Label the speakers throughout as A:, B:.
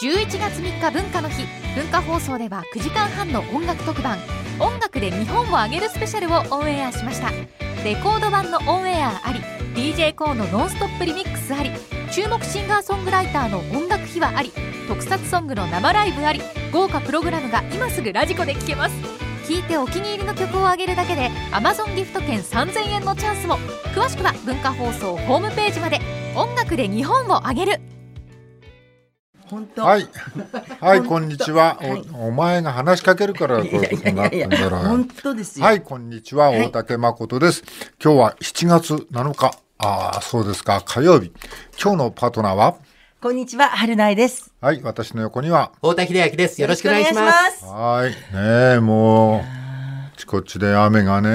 A: 11月3日文化の日文化放送では9時間半の音楽特番「音楽で日本をあげるスペシャル」をオンエアしましたレコード版のオンエアあり d j k o の「ノンストップリミックス」あり注目シンガーソングライターの音楽秘話あり特撮ソングの生ライブあり豪華プログラムが今すぐラジコで聴けます聴いてお気に入りの曲をあげるだけで Amazon ギフト券3000円のチャンスも詳しくは文化放送ホームページまで音楽で日本をあげる
B: 本当。
C: はい。はい、こんにちは。おお前が話しかけるからこう
B: い
C: いう
B: や
C: こ
B: い
C: と
B: や
C: に
B: い
C: なっ
B: やい
C: て
B: や
C: んだろうよ。
B: 本当ですよ。
C: はい、こんにちは、
B: い
C: 大竹誠です。今日は7月7日、ああ、そうですか、火曜日。今日のパートナーは、
B: こんにちは、春苗です。
C: はい、私の横には、
D: 太田秀明です。よろしくお願いし
B: よろ
D: ま
B: くお
D: す。
B: 願いしま
C: はい、ねえ、もう、あちこちで雨が
B: ね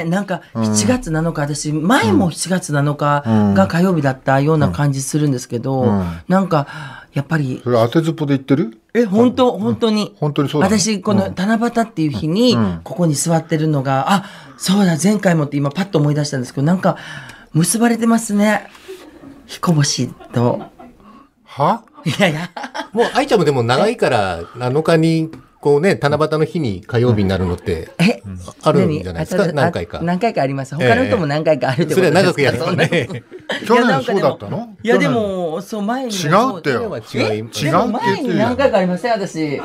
B: え
C: ね、
B: なんか7月7日、私前も7月7日が火曜日だったような感じするんですけど、
C: うん
B: なんかやっぱり
C: それ当てずっぽで言ってる
B: え本当本当に、
C: 本当にそうだね
B: 私この七夕っていう日にここに座ってるのが、あそうだ前回もって今パッと思い出したんですけどなんか結ばれてますね彦星と
C: はい
B: やいや
D: もう愛ちゃんもでも長いから7日にこうね七夕の日に火曜日になるのって
B: え
D: あるんじゃないですか
B: 何
D: 何回か
B: あ。何回かあります他の人も何回かあるってこ
D: そ
B: と
D: れ
B: で
D: は
B: すか
D: 長くやるとね。
C: 去
B: いやなんかでも
C: 年そうだったの
B: いやで
C: 去
B: もそう前に
C: 年違うって
D: 去年は
C: よ。
D: 違い
C: 違
B: で
C: う
B: も
C: って言
B: 前
C: ってる
B: に
C: じゃ
B: 何
C: ん
B: 回かありません私
C: 違うって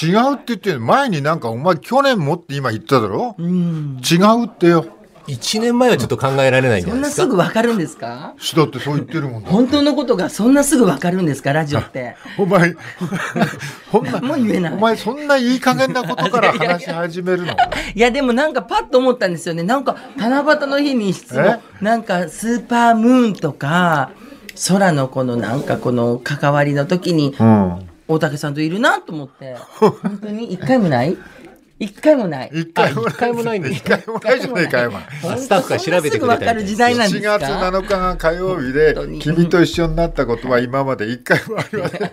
C: 言ってる前になんかお前去年もって今言っただろ
B: うん
C: 違うってよ
D: 1年前はちょっと考えられないんじゃ
B: そ
D: なんいで
B: な
D: す
B: す
D: か。
B: ぐわかるんですか
C: しだってそう言ってるもんだ
B: 本当のことがそんなすぐわかるんですかラジオって
C: お前ほんな
B: もう言えない
C: お前そんないい加減なことから話し始めるの
B: いやでもなんかパッと思ったんですよねなんか七夕の日に質問なんかスーパームーンとか空のこのなんかこの関わりの時に
C: うん
B: 大竹さんといるなと思って本当に一回もない一回もない
C: 一回も
D: あ一回もないんです
C: 一回もないじゃねえかよお前
D: スタッフが調べてくれたみたいです
B: そんなすぐわかる時代なんで
C: 7
B: すか
C: 月7日が火曜日
B: 本
C: で
B: 当に
C: 君と一緒になったことは今まで一回もありません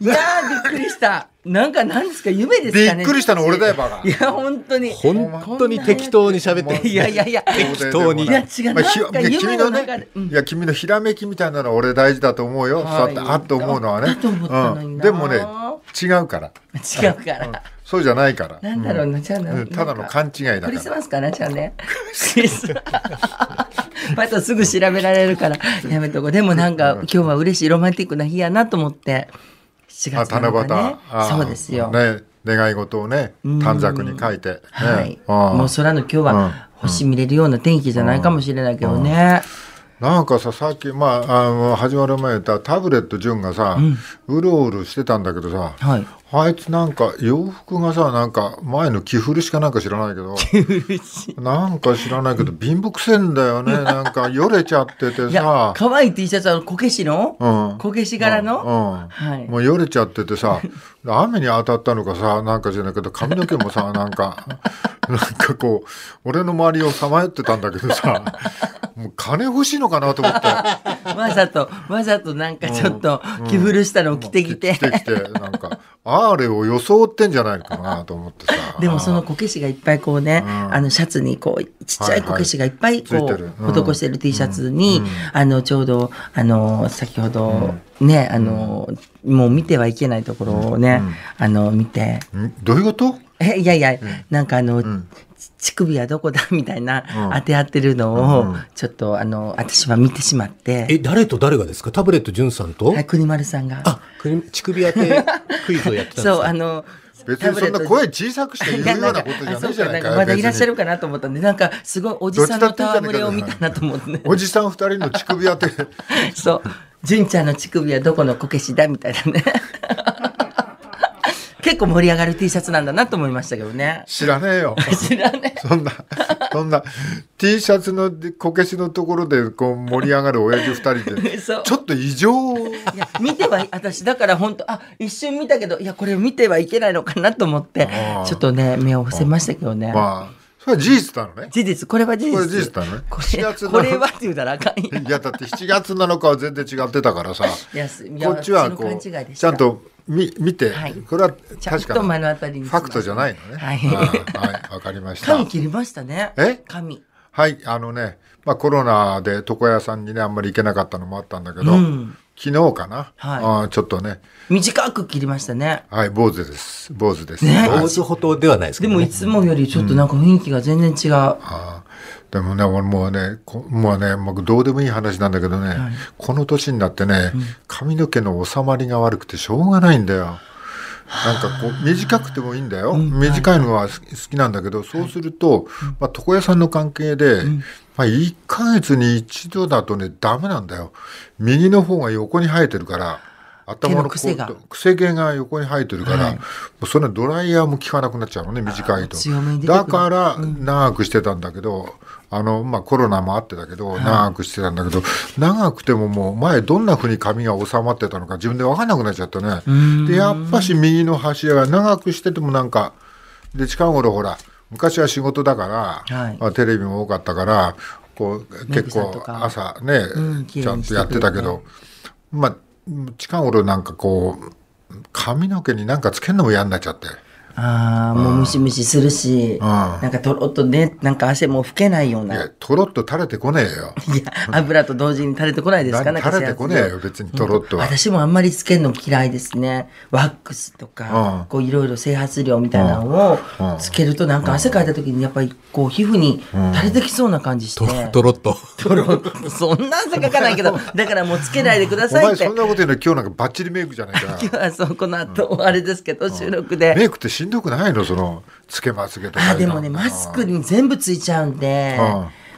B: いやーびっくりしたなんか何ですか夢です
C: び
B: かね
C: っくりしたの俺だよバカ
B: いや本当に
D: 本当に適当に喋って。
B: いやいやいや
D: 適当に
B: いや違う
C: まあ
B: なんか
C: ひ
B: 夢の中でうん
C: いや君のひらめきみたいなのは俺大事だと思うよ、
B: はい
C: そうやってあっと思うのはね
B: だと思ったのにな
C: でもね違うから
B: 違うから
C: そうじゃないから
B: なんだろうなじゃあ
C: うん
B: な
C: ただの勘違いだ
B: ク
C: か
B: リス
C: ら
B: マスかなじゃあね。 クリスマス。またすぐ調べられるからやめとこう。でもなんか今日は嬉しいロマンティックな日やなと思って。7
C: あ
B: 月7
C: 七夕
B: 日ね。
C: あ
B: そうですよ。
C: ね願い事をね短冊に書いて、ね
B: はい。
C: ああ
B: もう空の今日
C: うん
B: は星見れるような天気じゃないかもしれないけどね。
C: なんかささっき、まあ、あの始まる前に言ったタブレット純がさ、うろうろしてたんだけどさ、
B: はい
C: あいつなんか洋服がさなんか前の着古しかなんか知らないけ どなんか知らないけど貧乏くせえんだよねなんかよれちゃってて
B: いや
C: さ、、
B: 可愛い T シャツはこけしの
C: うん
B: こけし柄
C: う
B: の
C: ん
B: はい
C: もうよれちゃっててさ雨に当たったのかさなんか知らないけど髪の毛もさなんかなんかこう俺の周りをさまよってたんだけどさもう金欲しいのかなと思って。
B: わざと、わざとなんかちょっと着古したのを着てきて
C: 来。てきてなんかアーレを装ってんじゃないかなと思ってさ
B: でもそのこけしがいっぱいこうね、あのシャツにこうちっちゃいこけしがいっぱいこ
C: は
B: う
C: いはいついてるうん
B: 施してる T シャツに、あのちょうどあの先ほどね、あのもう見てはいけないところをね、あの見て
C: んどういうこと
B: えいやいや、なんかあの、ち乳首はどこだみたいな、当て合ってるのを、ちょっとあの私は見てしまって、
D: え誰と誰がですか。タブレット純さんと
B: はい、国丸さんが。
D: あく乳首当てクイズをやってたんです
B: そう
D: か
B: あ。の
C: 別にそんな声小さくして言うようなことじゃ
B: あ
C: な
B: そ
C: いうじゃ
B: か
C: な
B: ないん
C: か
B: かまだいらっしゃ
C: 別に
B: るかなと思ったんでなんかすごいおじさんの戯れを見たなと思って、ね、
C: おじさん二人の乳首当て
B: そう純ちゃんの乳首はどこのこけしだみたいな ね結構盛り上がる T シャツなんだなと思いましたけどね
C: 知らねえよ
B: 知らね
C: そんなそんな T シャツのこけしのところでこう盛り上がる親父二人で
B: そう
C: ちょっと異常
B: いや見ては私だから本当あ一瞬見たけどいやこれ見てはいけないのかなと思って
C: あー
B: ちょっとね目を伏せましたけどね、
C: まあそれは事実なのね
B: 事実これは事実
C: これ事実なのね
B: こ
C: 7
B: れ
C: 月の
B: これはって言うたらあか んやん
C: いやだって7月7日は全然違ってたからさ
B: いやすいや
C: こっちはこ
B: その
C: う
B: 勘違いでし
C: ち
B: た
C: ゃんと見見て、
B: はい
C: これは
B: ちゃん
C: 確
B: と
C: か
B: 目
C: な
B: の当たりにし
C: フ
B: まし
C: ァ
B: た
C: クトじゃないのね。
B: はい
C: あーはい、わかりました
B: 髪。切りましたね
C: え
B: 髪
C: はい、あのね、まあコロナで床屋さんにねあんまり行けなかったのもあったんだけど、
B: うん
C: 昨日かな、
B: はい
C: あーちょっとね、
B: 短く切りましたね。
C: はい、坊主です。坊主です。
B: ね
C: はい
D: 坊主ほどではないですけ
B: で
D: ど、ね。
B: もいつもよりちょっとなんか雰囲気が全然違う。
C: あーでもね、俺もうね、こもうね、もうどうでもいい話なんだけどね、この年になってね、髪の毛の収まりが悪くてしょうがないんだよ。なんかこう短くてもいいんだよ、短いのは好き好きなんだけど、そうすると、まあ、床屋さんの関係で、まあ、1ヶ月に一度だとねダメなんだよ右の方が横に生えてるから頭のこう
B: 毛の癖が
C: 癖毛が横に生えてるから、
B: はい
C: もうそれはドライヤーも効かなくなっちゃうのね短いと
B: あー強めに出てくる
C: だから長くしてたんだけど、あのまあ、コロナもあってだけど、長くしてたんだけど長くてももう前どんなふうに髪が収まってたのか自分で分かんなくなっちゃってねでやっぱし右の柱が長くしててもなんかで近頃ほら昔は仕事だから、
B: はい
C: まあテレビも多かったからこう
B: メイ
C: 結
B: クさんと
C: 構
B: か
C: 朝ね、
B: うん綺
C: ちゃ
B: 麗
C: ん
B: にしてくれて
C: とやってたけど、まあ近頃なんかこう髪の毛になんかつけるのも嫌になっちゃって。
B: ああ、もうムシムシするし、なんかとろっとね、なんか汗も拭けないよう
C: い
B: な。い
C: や
B: や、、
C: とろっと垂れてこねえよ。
B: 油と同時に垂れてこないですかなんか
C: 垂れてこねえよ、
B: 幸せ
C: 別にとろっとは。
B: 私もあんまりつけるの嫌いですね。ワックスとか、
C: うん
B: こういろいろ整髪料みたいなのを
C: うん
B: つけると、なんか汗かいた時にやっぱりこう皮膚に垂れてきそうな感じして。
D: ととろっと。
B: とろっとそんな汗かかないけど、だからもうつけないでくだ
C: お
B: さい
C: 前
B: って
C: そん。なこと言うの今日なんかバッチリメイクじゃない か。
B: 今日はそうこの後、あれですけど、収録で。
C: メイクってしんどくないのその、つけまつげとか。
B: あでもねマスクに全部ついちゃうんで、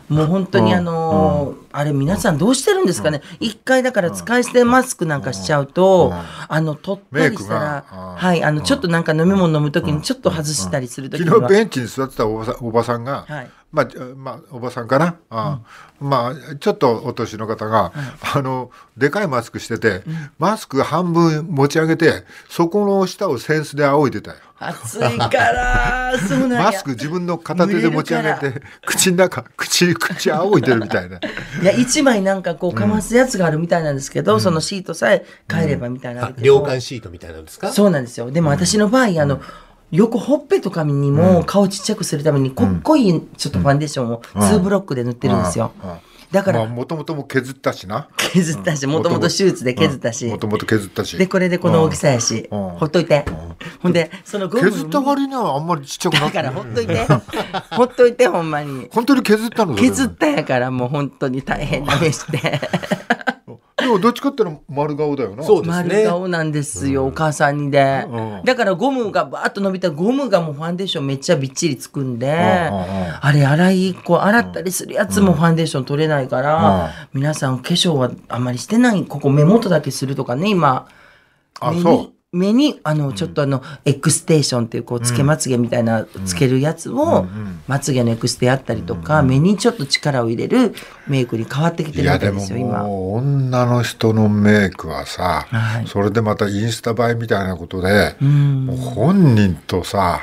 B: もう本当にあのーあれ皆さんどうしてるんですかね、一回だから使い捨てマスクなんかしちゃうと、あの取ったりした
C: メイ
B: ら、
C: クがうん
B: はいあのちょっとなんか飲み物飲む時にちょっと外したりする時には、
C: 昨日ベンチに座ってたおばさんおばさんが、
B: はい
C: まあ、まあ、おばさんかな、あまあ、ちょっとお年の方が、あの、でかいマスクしてて、マスク半分持ち上げて、そこの下を扇子で仰いでたよ。
B: 暑いからそうなんや
C: マスク自分の片手で持ち上げ
B: 濡れ
C: て、口の中、口、口仰いでるみ たいな。
B: いや一枚なんかこうかますやつがあるみたいなんですけど、そのシートさえ変えればみたいな
D: あ
B: んだ、けど、
D: 涼感シートみたいなのですか
B: そうなんですよ。でも私の場合、あの、よくほっぺとかにも顔ちっちゃくするために、こっこいいちょっとファンデーションを2ブロックで塗ってるんですよ。
C: うんうん
B: だか
C: まあ、
B: ら、
C: もともとも削ったしな。
B: 削ったし、もともと手術で削ったし
C: も、ともと削ったし。
B: で、これでこの大きさやし、
C: うん
B: ほっといて。ほんで、そのゴム
C: 削った割にはあんまりちっちゃくな
B: だ
C: っ
B: か
C: てな
B: ら
C: い
B: ほっといて。 ほっといて、ほんまに。
C: 本当に削ったのそれ
B: 削ったやからもう本当に大変な目して。
C: でもどっちかっていうの丸顔だよな。
D: そうですね
B: 丸顔なんですよ、お母さんにで、
C: うん
B: だからゴムがバーッと伸びたゴムがもうファンデーションめっちゃびっちりつくんで、
C: ん
B: あれ洗いこう洗ったりするやつもファンデーション取れないから、皆さん化粧はあんまりしてないここ目元だけするとかね今
C: あ
B: 目
C: そう
B: に目にあのちょっとあの、エクステーションっていうこうつけまつげみたいなつけるやつを、まつげのエクステやったりとか、目にちょっと力を入れるメイクに変わってきて
C: い
B: る
C: や
B: わけ
C: で
B: で
C: も
B: すよ今。
C: もう女の人のメイクはさ、
B: はい
C: それでまたインスタ映えみたいなことで、
B: うん
C: もう本人とさ、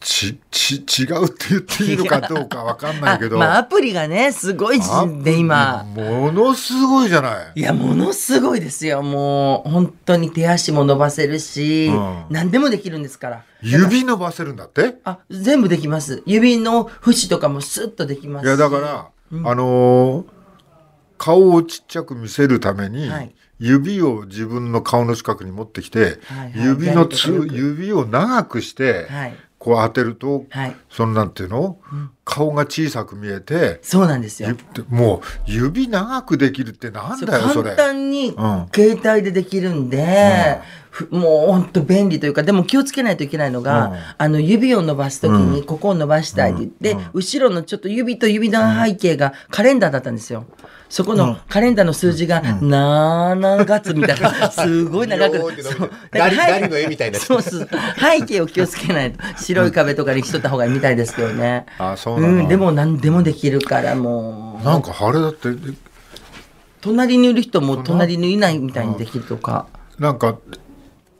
C: ちち違うって言っていいのかどうかわかんないけど、
B: あまあアプリがねすごい時で今
C: ものすごいじゃない。
B: いやものすごいですよもう本当に手足も伸ばせるし、
C: うん
B: 何でもできるんですから
C: 指伸ばせるんだって
B: あ全部できます指の節とかもスッとできます
C: いやだから、あのー顔をちっちゃく見せるために、
B: はい
C: 指を自分の顔の近くに持ってきて、
B: はいはい
C: 指のつ
B: やるとかよく
C: 指を長くして、
B: はい
C: こう当てると、
B: はい
C: そのなんていうの、顔が小さく見えて、
B: そうなんですよ
C: ゆもう指長くできるってなんだよそれ
B: 簡。単に
C: ん
B: 携帯でできるんで、ふもうほんと便利というかでも気をつけないといけないのが、あの指を伸ばす時にここを伸ばしたいって言って、後ろのちょっと指と指の背景がカレンダーだったんですよ。そこのカレンダーの数字が7月みたい な、すごい長く
D: よーって伸びて
B: そ
D: る
B: う
D: ダリ
B: だから
D: ダリの絵みたいになって
B: そうそう背景を気をつけないと白い壁とかにしとった方がいいみたいですけどね。
C: あそうなの
B: ん、でも何でもできるからもう
C: なんかあれだって
B: 隣にいる人も隣にいないみたいにできるとか。
C: なんか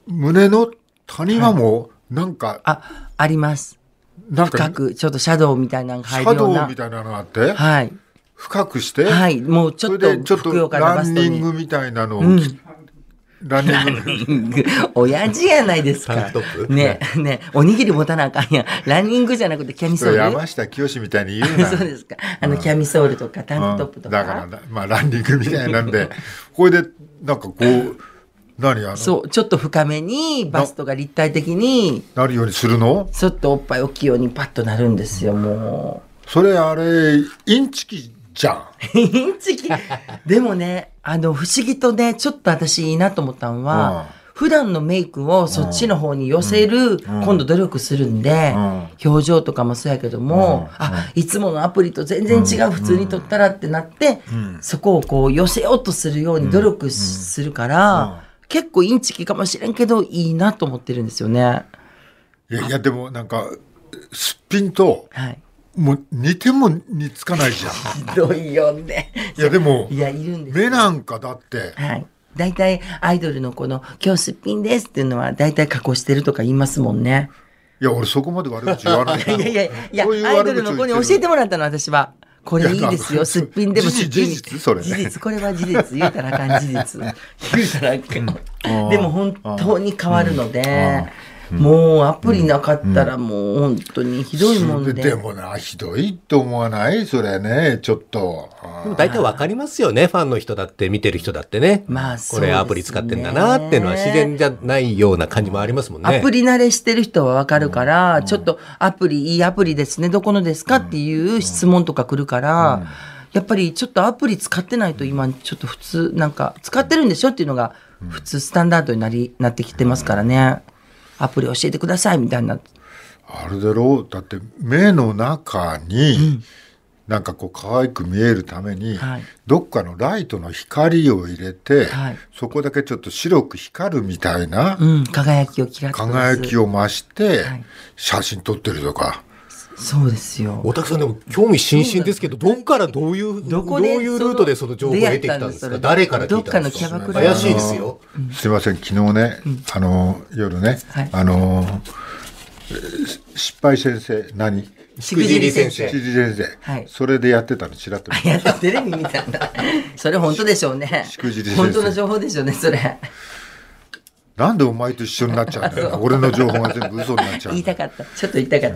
C: 胸の谷間もなんか、
B: あ、あります。
C: なんか
B: 深く、ちょっとシャドウみたいなのが
C: シ
B: 入る
C: ャ
B: よ
C: ド
B: う
C: ウ
B: な
C: み。たいなのがあって、
B: はい。
C: 深くして、
B: はい。もうち
C: そ
B: ょっ
C: れ
B: と、
C: でちょっと
B: 服用から
C: ラ
B: バス
C: ン
B: ト
C: ニン
B: に。
C: グみたいなのを、ランニング
B: 親父やないです
D: タン
B: か
D: クトッ。プ
B: ねえ、ねえ、おにぎり持たなあかんやん。ランニングじゃなくてキャミソ
C: それ
B: ール
C: 山下清みたいに言うな
B: そうですか。あの、キャミソールとかタンクトップ
C: う
B: と
C: ん
B: か。
C: だからなまあランニングみたいなんでこれでなんかこう、何あの、
B: そう、ちょっと深めに、バストが立体的に、
C: なるようにするの
B: ちょっとおっぱい大きいようにパッとなるんですよ、も
C: それあれ、インチキじゃん。
B: う。インチキ。 でもね、あの、不思議とね、ちょっと私いいなと思ったのは、普段のメイクをそっちの方に寄せる、今度努力するんで、
C: うん
B: 表情とかもそうやけども、あ、いつものアプリと全然違う、普通に撮ったらってなって、そこをこう寄せようとするように努力しするから、結構インチキかもしれんけど、いいなと思ってるんですよね。
C: いや、いやでもなんか、すっぴんと、
B: はい。
C: もう似ても似つかないじゃん。
B: ひどいよね。
C: いや、でも
B: い、や、いるんですよ
C: 目なんかだって、
B: はい。大体アイドルのこの「今日すっぴんです」っていうのは大体加工してるとか言いますもんね。
C: いや、俺そこまで悪口言わな い。
B: いやいやいや、
C: そういう
B: アイド
C: 悪
B: ル
C: 口を言
B: の子に教えて
C: も
B: もらったの私は。これいいです
C: い
B: よ、
C: や
B: すっぴんでも
C: 事
B: すっ
C: 実
B: ぴん。
C: 事実それ
B: 事実、これは事実。言うたらあかん事実。言うたらあかん。でも本当に変わるので、もうアプリなかったらもう本当にひどいもん
C: で。で
B: で。
C: もな、ひどいって思わないそれね、ちょっと。
D: でも大体わかりますよね。ファンの人だって、見てる人だってね。
B: まあ
D: これアプリ使ってんだなっていうのは
B: そうです
D: 自
B: ね
D: 然じゃないような感じもありますもんね。
B: アプリ慣れしてる人はわかるから、ちょっとアプリ、いいアプリですね、どこのですかっていう質問とか来るから、やっぱりちょっとアプリ使ってないと今、ちょっと普通、なんか、使ってるんでしょっていうのが、普通スタンダードになり、なってきてますからね。アプリ教えてくださいみたいな。
C: あれだろうだって目の中に、なんかこう可愛く見えるために、
B: はい
C: どっかのライトの光を入れて、
B: はい
C: そこだけちょっと白く光るみたいな
B: うん、輝きを嫌って
C: 輝き
B: を。
C: を増して、
B: はい
C: 写真撮ってるとか。
B: そうですよ。
D: おたくさんでも興味津々ですけど、どっからどういう、ど
B: どこ
D: う
B: で
D: いうルートでその情報を得てきたんです
B: そ
D: か
B: れ
D: 誰から聞いたんですか
B: どっかのキャバクラ
D: 怪しいですよ。
C: すいません昨日ね、あの夜ね、
B: はい
C: あのえー失敗先生何
B: し
D: くじり先生
C: 知事先生、
B: はい
C: それでやってたのちらっと見
B: いや、テレビみたいな。それ本当でしょうね。
C: しくじり先生
B: 本当の情報でしょうね、それ。
C: なんでお前と一緒になっちゃうんだよ俺の情報が全部嘘になっちゃ
B: 言
C: うん
B: い
C: だ
B: た
C: よ
B: かった。ちょっと言いたかっ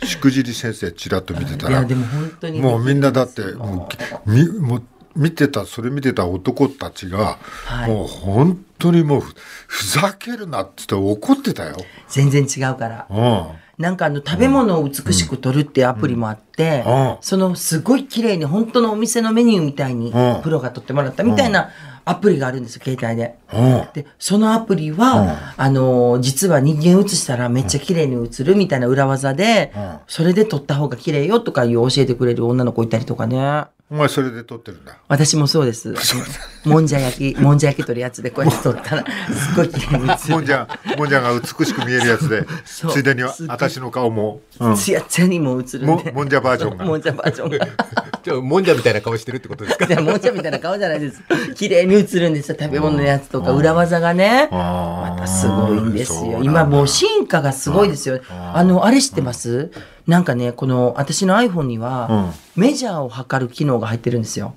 B: た。
C: しくじり先生ちらっと見てた
B: い
C: ら
B: やでも本当に
C: もうみんなだってもうみもう見てたそれ見てた男たちが、
B: はい
C: もう本当にもうふふざけるなっつって怒ってたよ。
B: 全然違うから
C: う。ん
B: なんかあの食べ物を美しく撮るっていうアプリもあって、
C: うんうん
B: そのすごい綺麗に本当のお店のメニューみたいに
C: うん
B: プロが撮ってもらったみたいなアプリがあるんですよ、携帯で。
C: うん
B: で、そのアプリは、あのー、実は人間写したらめっちゃ綺麗に写るみたいな裏技で、
C: ん
B: それで撮った方が綺麗よとかいう教えてくれる女の子いたりとかね。
C: お前それで撮ってる んだ。
B: 私もそう です。もんじゃ焼き、もんじゃ焼き取るやつでこうやって撮ったら、すごい綺麗に写る
C: もんじゃ、もんじゃが美しく見えるやつで、
B: そう
C: ついでに
B: すっごい
C: 私の顔も、うん
B: ツヤツヤにも映るん
C: も
B: で。
C: もんじゃバージョンが
B: もんじゃバージョンが。
D: じゃあ、もんじゃみたいな顔してるってことですか
B: じゃあもんじゃみたいな顔じゃないです。綺麗に映るんですよ。食べ物のやつとか裏技がね。
C: あー
B: またすごいんです
C: そうな
B: よ。
C: んだ
B: 今もう進化がすごいですよ。あの、あれ知ってますなんかね、この私の iPhone には、メジャーを測る機能が入ってるんですよ。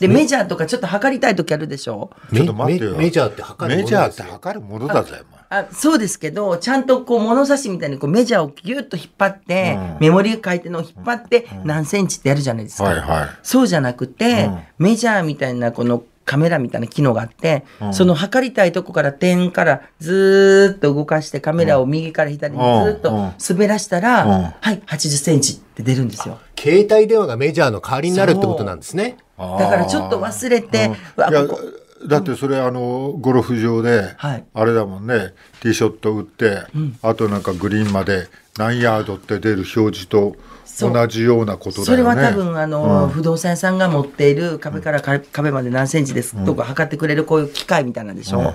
B: で、メジャーとかちょっと測りたい時あるでしょ
C: ちょっと待ってよ。
D: メメジャーって測る
C: メ
D: も
C: ジ
D: の
C: ャー
D: で
C: っ
D: す
C: て
D: よ
C: 測るものだぜ、お前。
B: あそうですけど、ちゃんとこう物差しみたいにこうメジャーをギュッと引っ張って、メモリー書いてのを引っ張って、何センチってやるじゃないですか。
C: はいはい
B: そうじゃなくて、メジャーみたいなこのカメラみたいな機能があって、その測りたいとこから点からずーっと動かしてカメラを右から左にずーっ
C: うんうん
B: と滑らしたら、
C: うん
B: はい、80センチって出るんですよ。
D: 携帯電話がメジャーの代わりになるってことなんですね。
B: だからちょっと忘れて、うわ
C: いや
B: ここ
C: だってそれあのゴルフ場で、
B: はい
C: あれだもんねティーショット打って、あとなんかグリーンまで何ヤードって出る表示と
B: そう
C: 同じようなことだ
B: そ
C: よね
B: れは多分あの、不動産屋さんが持っている壁からか壁まで何センチですとか測ってくれるこういう機械みたいなんでしょ、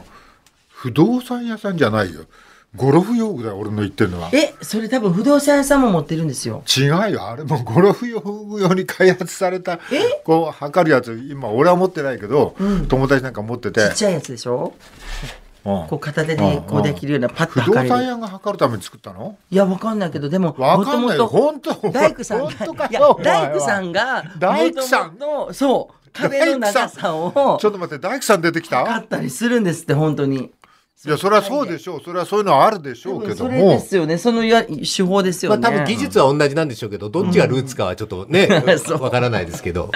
C: 不動産屋さんじゃないよゴルフ用具だよ俺の言ってるのは
B: えそれ多分不動産屋さんも持ってるんですよ
C: 違うよあれもゴルフ用具用に開発されたこう測るやつ今俺は持ってないけど、友達なんか持ってて
B: ちっちゃいやつでしょ
C: うん
B: こう片手でこうできるようなパッと
C: 不動
B: 測れ
C: 産
B: る
C: 屋が測るために作ったの
B: いやわかんないけどでも
C: わかんないよ
B: もともと
C: 本当
B: 大工さん
C: 本当
B: が
C: かよ
B: いや
C: お前は
B: 大工さんが
C: 大工さん
B: のそう壁の長さを
C: ちょっと待って大工さん出てきた
B: 測ったりするんですって本当に
C: いやそれはそうでしょうそれはそういうのはあるでしょうけど
B: それで
C: も
B: すよねそのや手法ですよ
D: まあ
B: ね、
D: 多分技術は同じなんでしょうけど、どっちがルーツかはちょっとね、
B: そう
D: わからないですけど。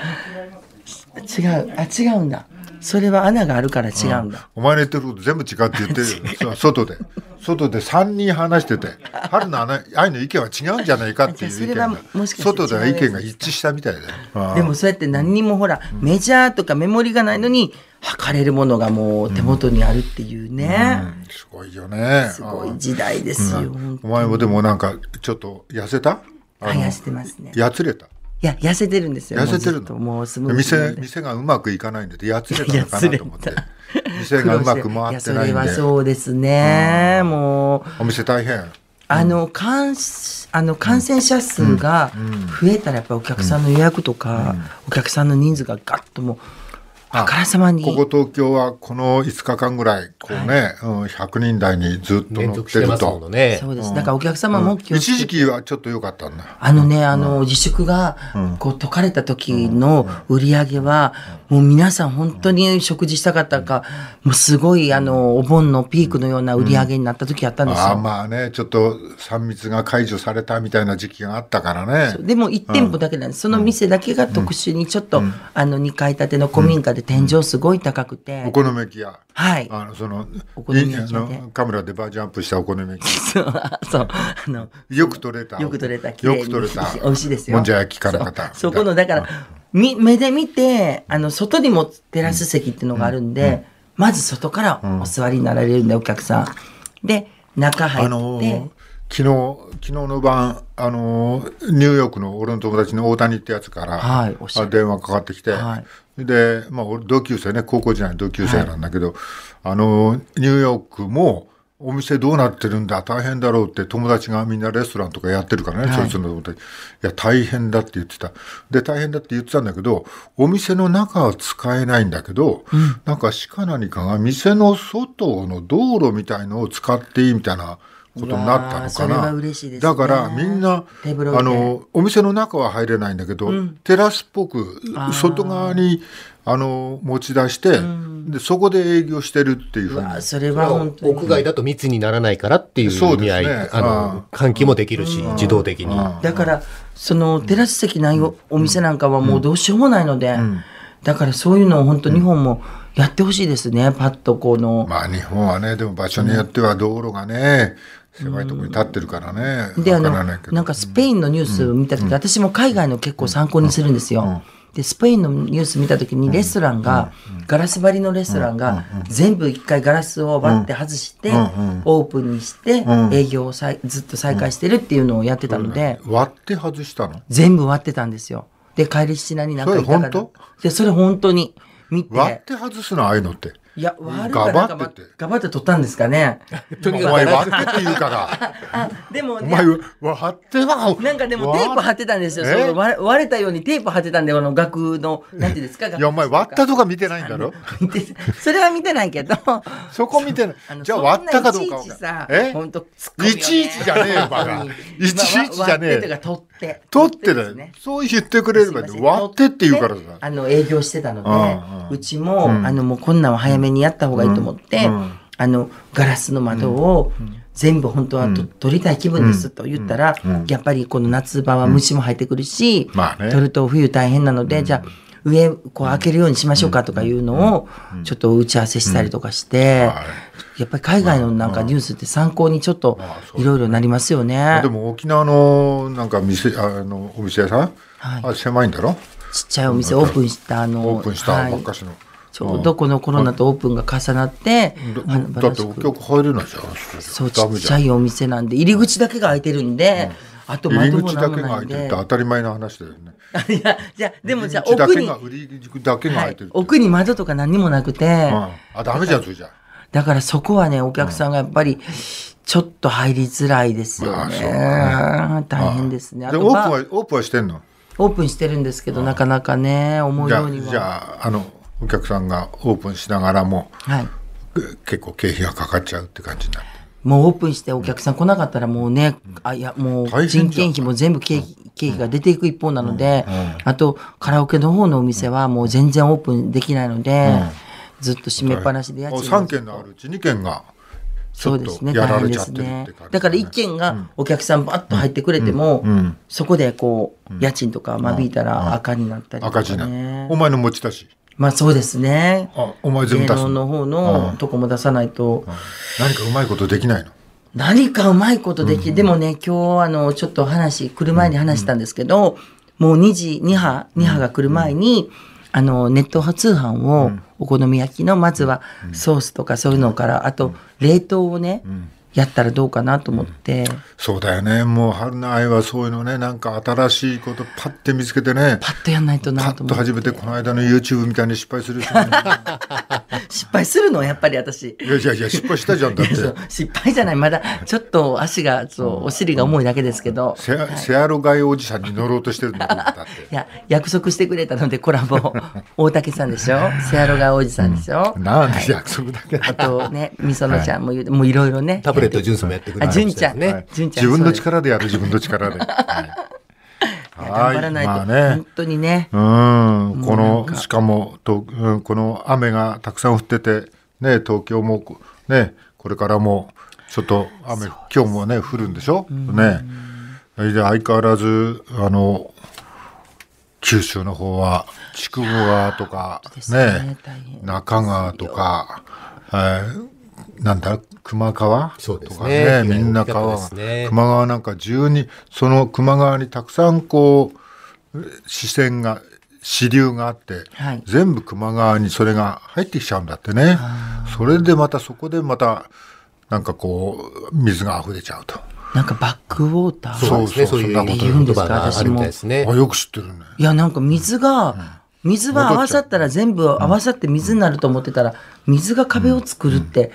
B: 違うあ違うんだそれは穴があるから違うんだ。
C: お前の言ってること全部違うって 言ってるよそ外で外で3人話してて春の穴愛の意見は違うんじゃないかっていう意見
B: じゃあ
C: が
B: それはもしかして違う
C: 外では意見が一致したみたいだよああ
B: でもそうやって何にもほら、メジャーとかメモリがないのに測れるものがもう手元にあるっていうね、
C: すごいよね
B: すごい時代ですよ、本
C: お前もでもなんかちょっと痩せた
B: 当にあ痩せてますね
C: やつれた
B: いや痩せてるんですよ
C: 痩せ
B: も
C: て
B: うず
C: る
B: っ
C: の
B: ともうスムーズな
C: 店
B: んで
C: 店がうまくいかないんでやつれたのかなと 思って
B: やつれた
C: 店がうまく回ってないん
B: やそれは
C: で
B: そうですね、もう
C: お店大変
B: あの感あの感染者数が増えたらやっぱお客さんの予約とか、お客さんの人数がガッともうあからさまに
C: ここ東京はこの5日間ぐらいこうね、うん、100人台にずっと
D: 連
C: 乗っ
D: 続してて
C: る
D: ますも
C: と
D: のね。
B: そうですだからお客様も気をつけて
C: 一時期はちょっと良かったんだ
B: あのね、あの、自粛が、こう、解かれた時の売り上げは、もう皆さん本当に食事したかったか、もうすごい、あの、お盆のピークのような売り上げになった時あったんです
C: ああ
B: よ。
C: まあねちょっと3密が解除されたみたいな時期があったからね
B: でも1店舗だけなんです。その店だけが特殊に、ちょっと、あの、2階建ての古民家で天井すごい高く
C: お
B: て、
C: 好み焼き屋
B: はい。
C: あのその
B: お好み焼き屋
C: いあのカメラでバージョンアップしたお好み焼き
B: そう、そうあの、
C: よく取れた
B: よく取れた、綺麗
C: よ
B: に
C: く取れた
B: 美味しいですよ。
C: もんじゃ焼きからかた
B: そうそこの、だから、み、目で見て、あの、外にもテラス席っていうのがあるんで、まず外からお座りになられるんで、お客さん。で、中入って、
C: あのー昨日昨日の晩、あのーニューヨークの俺の友達の大谷ってやつから、
B: はいおっしゃ
C: あ
B: る
C: 電話かかってきて、
B: は
C: で、まあ、俺同級生ね高校時代の同級生なんだけど、あのーニューヨークもお店どうなってるんだ大変だろうって友達がみんなレストランとかやってるからね、
B: はい
C: そいつの友達いや大変だって言ってたで大変だって言ってたんだけどお店の中は使えないんだけど、なんかしか何かが店の外の道路みたいのを使っていいみたいなことになったのか
B: うわーそれは
C: な。
B: 嬉しいですね
C: だからみんな、
B: 手ぶらで
C: あの、お店の中は入れないんだけど、テラスっぽく
B: あー、
C: 外側に、あの、持ち出して、で、そこで営業してるっていうふ
B: う
C: うに。
B: わそれは本当に。
D: 屋外だと密にならないからっていう意味合い、
C: そうですね
D: あの、換気もできるし、自動的に。
B: だから、その、テラス席ないおお店なんかはもうどうしようもないので、だからそういうのを本当日本もやってほしいですね、パッとこの。
C: まあ日本はね、でも場所によっては道路がね、狭いところに立ってるからね。
B: であ
C: わ
B: の
C: から
B: ない
C: けど
B: んかスペインのニュース見た時、私も海外の結構参考にするんですよ。でスペインのニュース見た時にレストランが、ガラス張りのレストランが、全部一回ガラスを割って外して、オープンにして、営業をさいずっと再開してるっていうのをやってたので、
C: 割って外したの
B: 全部割ってたんですよ。で帰りしなになんかいたか
C: それ
B: ら
C: 本
B: でそれ本当に見て
C: 割って外すのああいうのって。
B: いや割るかなんか
C: ガバってて
B: ガバって取ったんですかね。
D: と
C: お
D: に
C: 前
D: かく
C: 割ってって言うから。
B: あでも
C: お前割っては。
B: なんかでもテープ貼ってたんですよ。そ
C: え
B: の割れ割れたようにテープ貼ってたんで、あの額の、なんていうんですか、
C: いや、お前割ったとか見てないんだろ
B: 額ってそれは見てない けど。
C: そこ見てない
B: あの。
C: じゃあ割ったかどうか
B: そ
C: わ
B: ん
C: か
B: ないちいちさ
C: んえ
B: ほんと突っ込むよ
C: い
B: ね
C: ちいちじゃねえよ、バカ。
B: 本当に
C: いちいちじ
B: まあ
C: ゃね
B: 割ってとか
C: え。
B: 取って。
C: 取ってだ
B: です
C: よ。そう言ってくれればね、割ってって言うから
B: で
C: さ。
B: あの営業してたので、
C: うんうん
B: うちも、あのもうこんなんは早めにやった方がいいと思って、
C: うん
B: あのガラスの窓を全部本当はと、取りたい気分ですと言ったら、やっぱりこの夏場は虫も入ってくるし、
C: まあね
B: 取ると冬大変なので、じゃあ上こう開けるようにしましょうかとかいうのをちょっと打ち合わせしたりとかして、
C: はい
B: やっぱり海外のなんかニュースって参考にちょっといろいろなりますよね
C: で。も沖縄のなんか店、あの、お店屋さん
B: はい
C: あ、狭いんだろ
B: ちっちゃいお店オープンしたあの
C: オープンした
B: はい
C: ばっかしの。
B: ちょうどこのコロナとオープンが重なって、あの
C: だだってお客入れないじゃん。
B: そうち
C: ダ
B: っ
C: メ
B: ちゃいお店なんで入り口だけが開いてるんで、あと
C: 入
B: 窓
C: り
B: も
C: 口
B: 何
C: だ
B: も
C: けが
B: な
C: 開
B: い
C: い
B: ん
C: てるっ
B: で
C: て当たり前の話だよね。
B: いやじゃあでもじゃあ
C: 入り口だ
B: 奥
C: け
B: に、
C: が、売り口だけが
B: は
C: 開い
B: い
C: てるって。
B: 奥に窓とか何にもなくて、
C: うんあ、ダメじゃん、それじゃ。
B: だからそこはねお客さんがやっぱりちょっと入りづらいですよね,、大変ですねあ
C: で、
B: と
C: オー
B: バ
C: プン
B: ー
C: は、オープンはしてんの
B: オープンしてるんですけどなかなかね思う
C: じゃ
B: よ
C: あ
B: うには
C: じゃああのお客さんがオープンしながらも
B: はい
C: け結構経費がかかっちゃうって感じになって
B: もうオープンしてお客さん来なかったらもうね、あいやも
C: 大
B: う
C: 変じゃ
B: 人
C: ん
B: 件費も全部経費経費が出ていく一方なので、あとカラオケの方のお店はもう全然オープンできないので、ずっと閉めっぱなしで家賃が
C: 3軒のあるうち2軒がち
B: そ
C: ょ
B: う
C: っ
B: です
C: と
B: ね、
C: や
B: 大
C: ら
B: 変
C: れ
B: で
C: ちゃっ
B: す
C: てるって感
B: ね
C: じ、ね。
B: だから一軒がお客さんばっと入ってくれても、そこでこう、家賃とか間引いたら赤になったりとか、ね。
C: 赤字なお前の持ち出し
B: まあそうですね。
C: あお前全
B: 芸
C: 部出す
B: 能の
C: の
B: 方
C: う
B: の
C: ん
B: とこも出さないと、
C: 何かうまいことできないの
B: 何かうまいことでき、でもね、今日あの、ちょっと話、来る前に話したんですけど、もう2時、2波、2波が来る前に、あの、ネット通販を、お好み焼きの、まずはソースとかそういうのから、あと、冷凍をね、やったらどうかなと思って、
C: そうだよねもう春の愛はそういうのねなんか新しいことパッて見つけてね
B: パッとやんないと
C: パ
B: なと
C: ッ
B: 思
C: と
B: って。
C: 始めてこの間の YouTube みたいに失敗する人もい る
B: 失敗するのやっぱり 私。
C: いやいやいや失敗したじゃんだって
B: そう失敗 じゃない、まだちょっと足が、そう、お尻が重いだけですけど。
C: セアセアロガイおじさんに乗ろうとしてるんだもんだって
B: いや、約束してくれたのでコラ ボ、大竹さんでしょセアロガおじさんでしょ、
C: なんで約束だけだ
B: あとね、みそのちゃんも言う、もういろいろね。
D: タブレットジュンスもやってくれました
B: あジュンちゃん
D: ね。
C: はい
B: 純ちゃん
C: 自分の力でやる自分の 力で。はい
B: いや頑張らないと、
C: はい
B: 本当にね。
C: まあね。うん、
B: も
C: こ
B: うなん
C: の
B: か
C: しかもと、うん、この雨がたくさん降っててね東京もこねこれからもちょっと雨今日もね降るんでしょ、ねで相変わらずあの九州の方は筑後川とか
B: ですね
C: ね
B: 大変
C: 中川とか、えーなんだ熊川
D: そうですね
C: とかね
D: 被害
C: みんな川
D: 大
C: が、
D: きかったですね
C: 熊川なんか十にその熊川にたくさんこう視線が支流があって、
B: はい
C: 全部熊川にそれが入ってきちゃうんだってねそれでまたそこでまたなんかこう水が溢れちゃうと
B: なんかバックウォーター。
D: そうですね。
C: そ
D: そうう
C: そう
D: いう
C: そんなこと
B: 言うんですか
D: 言葉があるみたいです
C: あ
D: ね。
C: よく知ってるね
B: いや、なんか水が、水は合わさったら全部合わさって水になると思ってたら、水が壁を作るって、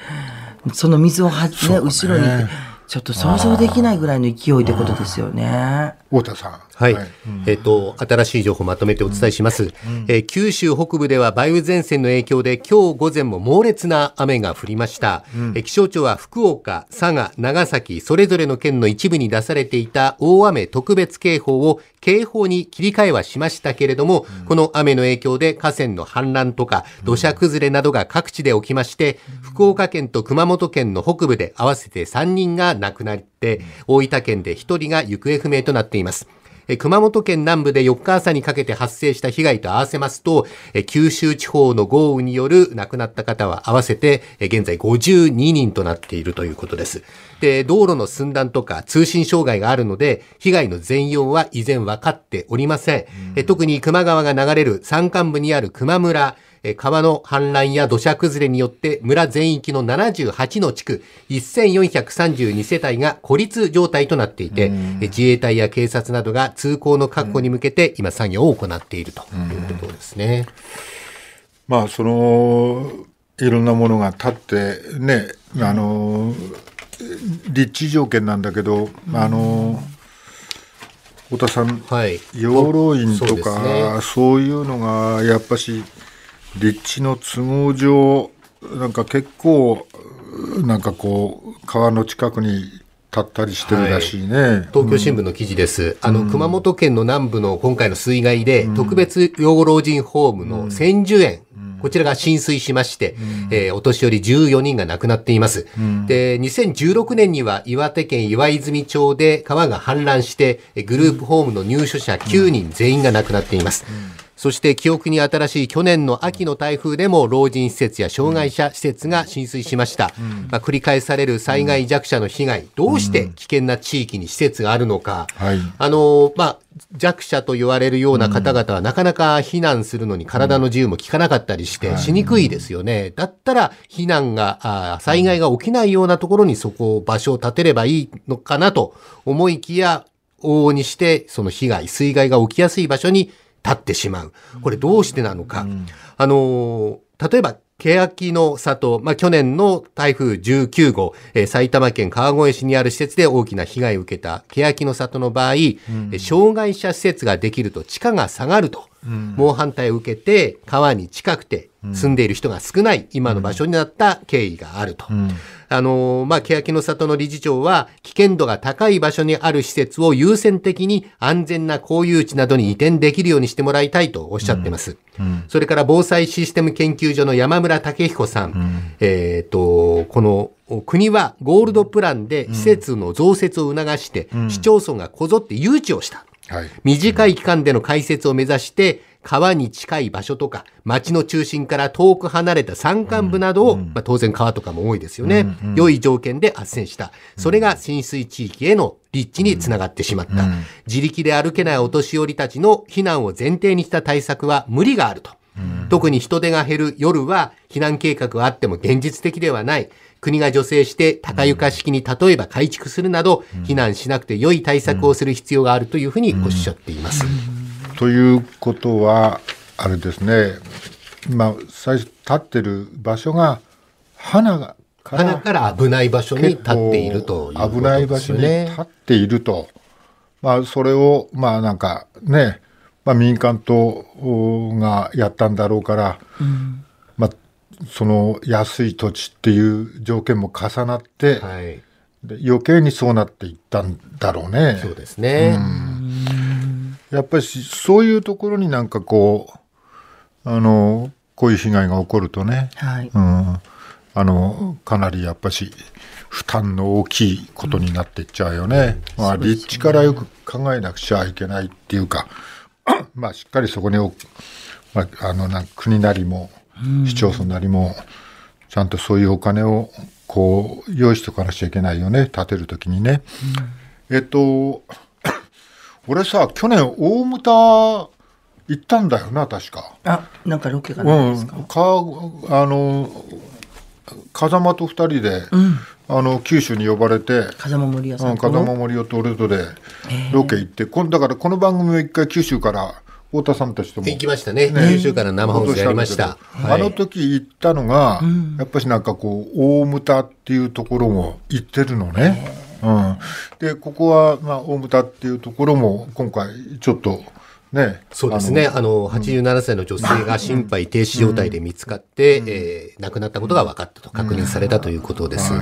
B: その水をは、ね、
C: うね
B: 後ろにって、ちょっと想像できないぐらいの勢いってことですよね。
C: 太田さん
D: はい。
C: うん
D: えっ、と、新しい情報まとめてお伝えします、えー九州北部では梅雨前線の影響で今日午前も猛烈な雨が降りました、えー気象庁は福岡、佐賀、長崎、それぞれの県の一部に出されていた大雨特別警報を警報に切り替えはしましたけれども、この雨の影響で河川の氾濫とか土砂崩れなどが各地で起きまして、福岡県と熊本県の北部で合わせて3人が亡くなって、大分県で1人が行方不明となっています。えー熊本県南部で4日朝にかけて発生した被害と合わせますと、えー九州地方の豪雨による亡くなった方は合わせて、えー現在52人となっているということです。で、道路の寸断とか通信障害があるので、被害の全容は依然分かっておりません。えー特に球磨川が流れる山間部にある球磨村、えー川の氾濫や土砂崩れによって村全域の78の地区1432世帯が孤立状態となっていて、えー自衛隊や警察などが通行の確保に向けて今作業を行っているということですね。
C: まあそのいろんなものが立ってねあの立地条件なんだけどあの太田さん、
D: はい。
C: 養老院
D: そ
C: と
D: うです
C: か
D: ね
C: そういうのがやっぱし立地の都合上なんか結構なんかこう川の近くに立ったりしてるらしいね。
D: 東京新聞の記事です。あの、熊本県の南部の今回の水害で、特別養老人ホームの千住園、こちらが浸水しまして、えーお年寄り14人が亡くなっています。で、2016年には岩手県岩泉町で川が氾濫して、えーグループホームの入所者9人全員が亡くなっています。そして記憶に新しい去年の秋の台風でも老人施設や障害者施設が浸水しました。まあ、繰り返される災害弱者の被害、どうして危険な地域に施設があるのか。
C: はい
D: あのまあ、弱者と言われるような方々はなかなか避難するのに体の自由も効かなかったりしてしにくいですよね。だったら避難が、あー災害が起きないようなところにそこを場所を建てればいいのかなと思いきや、往々にしてその被害、水害が起きやすい場所に立ってしまう。これどうしてなのか。あのー例えば、欅の里、まあ、去年の台風19号、えー埼玉県川越市にある施設で大きな被害を受けた欅の里の場合、えー障害者施設ができると地価が下がると、猛反対を受けて川に近くて住んでいる人が少ない今の場所になった経緯があると。あのーまあ、欅の里の理事長は、危険度が高い場所にある施設を優先的に安全な公有地などに移転できるようにしてもらいたいとおっしゃってます。それから防災システム研究所の山村武彦さん。えっ、と、この、国はゴールドプランで施設の増設を促して、市町村がこぞって誘致をした。
C: はい
D: 短い期間での開設を目指して、川に近い場所とか、町の中心から遠く離れた山間部などを、まあ、当然川とかも多いですよね。良い条件で斡旋した。それが浸水地域への立地につながってしまった。自力で歩けないお年寄りたちの避難を前提にした対策は無理があると。特に人手が減る夜は避難計画はあっても現実的ではない。国が助成して高床式に例えば改築するなど、避難しなくて良い対策をする必要があるというふうにおっしゃっています。
C: ということはあれですね今最初立ってる場所が花がか
D: 花
C: ら
D: から危ない場所
C: 結
D: に立
C: 構
D: っているということですね。
C: 危ない場所に立っていると、まあ、それをまあなんかね、まあ、民間党がやったんだろうから、まあ、その安い土地っていう条件も重なって、
D: はい。
C: で余計にそうなっていったんだろうね。
D: そうですね。
C: やっぱりしそういうところになんかこうあのこういう被害が起こるとね、
B: はい。
C: うん、あのかなりやっぱし負担の大きいことになっていっちゃうよね。まあ、立地からよく考えなくちゃいけないっていうか まあしっかりそこにお、まあ、あのなんか国なりも市町村なりもちゃんとそういうお金をこう用意しておかなくちゃいけないよね建てるときにね。えっと 俺さ去年大牟田行ったんだよな確か。
B: あ、なんかロケがないですか。
C: うん、かあの風間と二人で、あの九州に呼ばれて、
B: 風間森屋
C: う
B: さん
C: ん、
B: と
C: 風
B: の。
C: 間森夫と俺とでロケ行って、こんだからこの番組を一回九州から太田さんたちとも
D: 行きましたね。九州から生放送やりました。
C: あの時行ったのが、やっぱしなんかこう大牟田っていうところも行ってるのね。うん、でここは、まあ、大牟田っていうところも今回ちょっとね
D: そうですね。あの、87歳の女性が心肺停止状態で見つかって、えー亡くなったことが分かったと確認されたということです。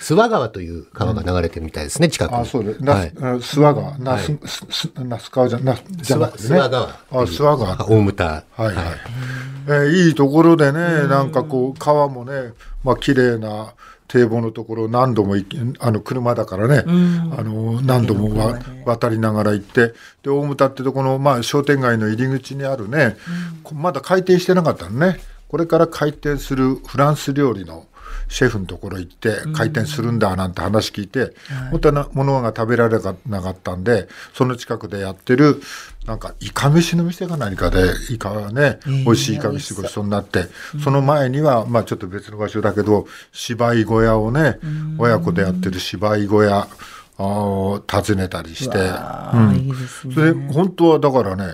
D: 諏訪川という川が流れてるみたいですね、近くに。
C: あ、そうです。な、
D: は
C: はいい、諏訪川、な、
D: はい
C: す、す、す那須川じゃ、な、じ
D: 諏
C: ゃ
D: 訪
C: なくてね。
D: 諏訪川
C: あ、諏訪川。
D: 大牟田。
C: はい、はい。えーいいところでね、なんかこう、川もね、まあ、綺麗な堤防のところを何度も行き、あの、車だからね、あの、何度もわ渡りながら行って、で、大牟田ってとこの、まあ、商店街の入り口にあるね、こまだ開店してなかったのね、これから開店するフランス料理の、シェフのところ行って開店するんだなんて話聞いて、本当はものが食べられなかったんでその近くでやってるなんかイカ飯の店か何かでイカがね、美味しいイカ飯ごちそうになって、その前にはまあちょっと別の場所だけど芝居小屋をね、親子でやってる芝居小屋あーを訪ねたりして。
B: あーいいですね。
C: それ本当はだからね、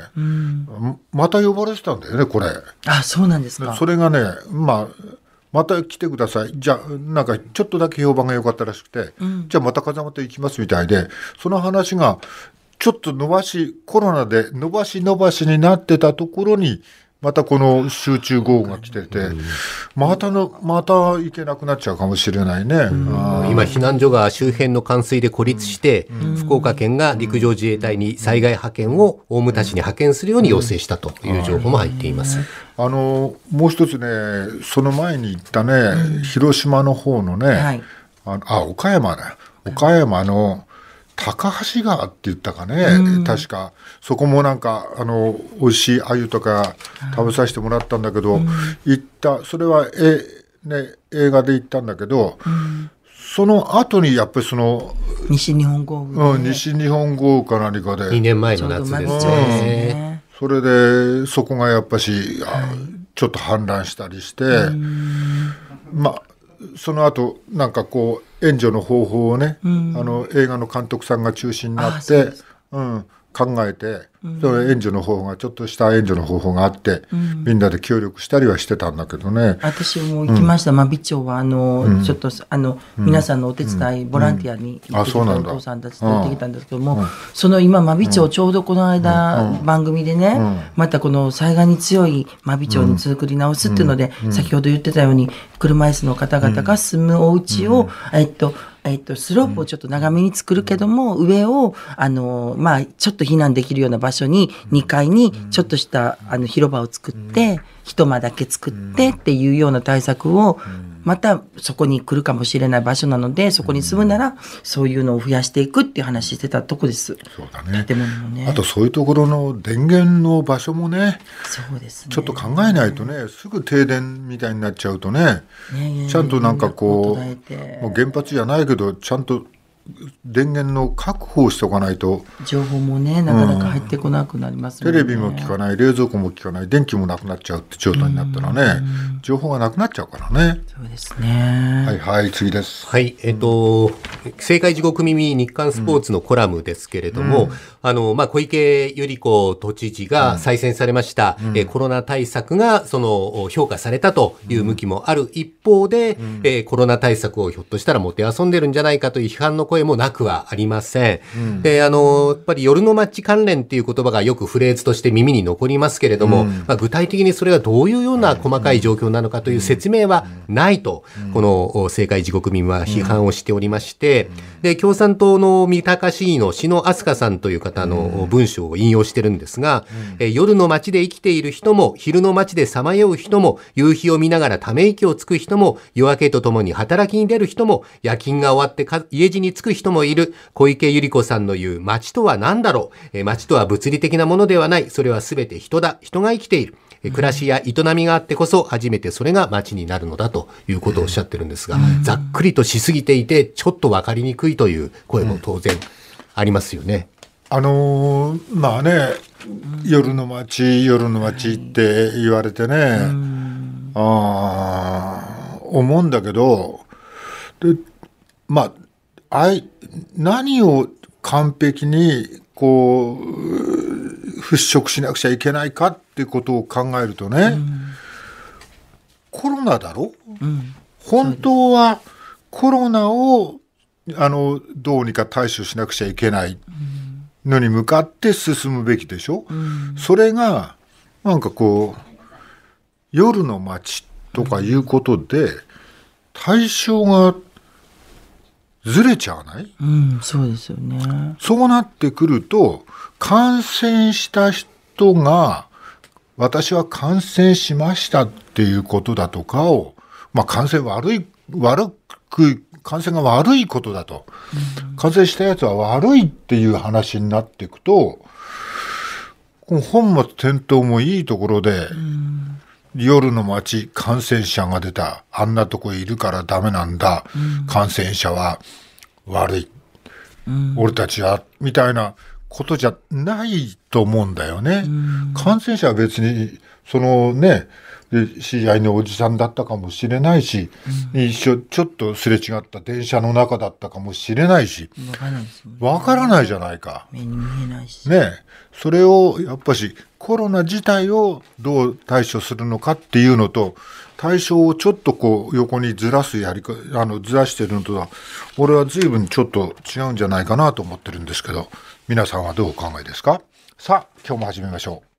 C: また呼ばれてたんだよねこれ。
B: あ、そうなんですか
C: そ。れがね、まあ、また来てください。じゃあ、なんかちょっとだけ評判が良かったらしくて、じゃあまた風間と行きますみたいで、その話が、ちょっと伸ばし、コロナで伸ばし伸ばしになってたところに、またこの集中豪雨が来てて、またの、また行けなくなっちゃうかもしれないね。あー
D: 今、避難所が周辺の冠水で孤立して、福岡県が陸上自衛隊に災害派遣を大牟田市に派遣するように要請したという情報も入っています。
C: あの、もう一つね、その前に行ったね、広島の方のね、
B: はい
C: あのあ岡山だ岡山の高橋川って言ったかね、確かそこもなんかあの美味しい鮎とか食べさせてもらったんだけど、行ったそれはえ、ね、映画で行ったんだけど、その後にやっぱりその、
B: 西日本豪雨で。
C: うん、西日本豪雨か何かで
D: 2年前
B: ちょ
D: の
B: うど
D: 夏
B: ま
D: で
B: ずち
D: す
B: ょうどです
D: ね。
B: ね。
C: それでそこがやっぱし、あちょっと氾濫したりして、まあその後なんかこう援助の方法をね、あの映画の監督さんが中心にな
B: あ
C: っ
B: そう
C: て
B: です、
C: うん、考えて、その援助の方がちょっとした援助の方法があって、みんなで協力したりはしてたんだけどね。
B: 私も行きました。まあ、美町は、あの、ちょっと、あの、皆さんのお手伝い、ボランティアに行ってきた
C: あそうな
B: お
C: んだ
B: 父さんたちと行ってきたんですけども、その今、真備町、ちょうどこの間、番組でね、またこの災害に強い真備町に作り直すっていうので、先ほど言ってたように、車椅子の方々が住むお家を、えっと、えっと、スロープをちょっと長めに作るけども、上を、あの、まあ、ちょっと避難できるような場所に、2階にちょっとした、あの、広場を作って、一間だけ作ってっていうような対策を、またそこに来るかもしれない場所なので、そこに住むなら、そういうのを増やしていくっていう話してたとこです。
C: そうだね
B: 建物もね。
C: あとそういうところの電源の場所もね
B: そうですね。
C: ちょっと考えないとねすぐ停電みたいになっちゃうとね
B: ね
C: ちゃんとなんかこ
B: 音が出て
C: うもう原発じゃないけどちゃんと電源の確保をしておかないと
B: 情報もね、なかなか入ってこなくなりますも
C: テ
B: んね
C: レビも効かない冷蔵庫も効かない電気もなくなっちゃうって状態になったらね情報がなくなっちゃうからね
B: そうですね。
C: はいはい次です
D: はい、えっと、政界地獄耳日刊スポーツのコラムですけれども、あの、まあ、小池百合子都知事が再選されました、えーコロナ対策が、その、評価されたという向きもある一方で、えーコロナ対策をひょっとしたらもてあそんでるんじゃないかという批判の声もなくはありません。で、あの、やっぱり夜の街関連っていう言葉がよくフレーズとして耳に残りますけれども、まあ、具体的にそれがどういうような細かい状況なのかという説明はないと、このお政界地獄民は批判をしておりまして、で、共産党の三鷹市議の篠飛鳥さんという方の文章を引用してるんですが、えー夜の街で生きている人も、昼の街でさまよう人も、夕日を見ながらため息をつく人も、夜明けとともに働きに出る人も、夜勤が終わってか家路に着く人もいる、小池百合子さんの言う街とは何だろう、えー街とは物理的なものではない、それは全て人だ、人が生きている。えー暮らしや営みがあってこそ初めてそれが街になるのだということをおっしゃってるんですが、ざっくりとしすぎていて、ちょっとわかりにくいという声も当然ありますよね。
C: あのーまあね、夜の街夜の街って言われてね、あー思うんだけどでまああい何を完璧にこうう払拭しなくちゃいけないかってことを考えるとね、コロナだろ、本当はコロナをあのどうにか対処しなくちゃいけないのに向かって進むべきでしょ、それがなんかこう夜の街とかいうことで対象がずれちゃわない
B: うん、そうですよね。
C: そうなってくると感染した人が私は感染しましたっていうことだとかを、まあ、感染悪い悪く感染が悪いことだと、感染したやつは悪いっていう話になっていくとこの本末転倒もいいところで、夜の街感染者が出たあんなとこいるからダメなんだ、感染者は悪い、俺たちはみたいなことじゃないと思うんだよね。感染者は別にそのねで知り合いのおじさんだったかもしれないし、一緒ちょっとすれ違った電車の中だったかもしれないし
B: わからないですもんね。
C: わからないじゃないか。
B: 目に見えないし。
C: ねえそれをやっぱしコロナ自体をどう対処するのかっていうのと対象をちょっとこう横にずらすやりかあのずらしてるのとは俺は随分ちょっと違うんじゃないかなと思ってるんですけど皆さんはどうお考えですかさあ今日も始めましょう。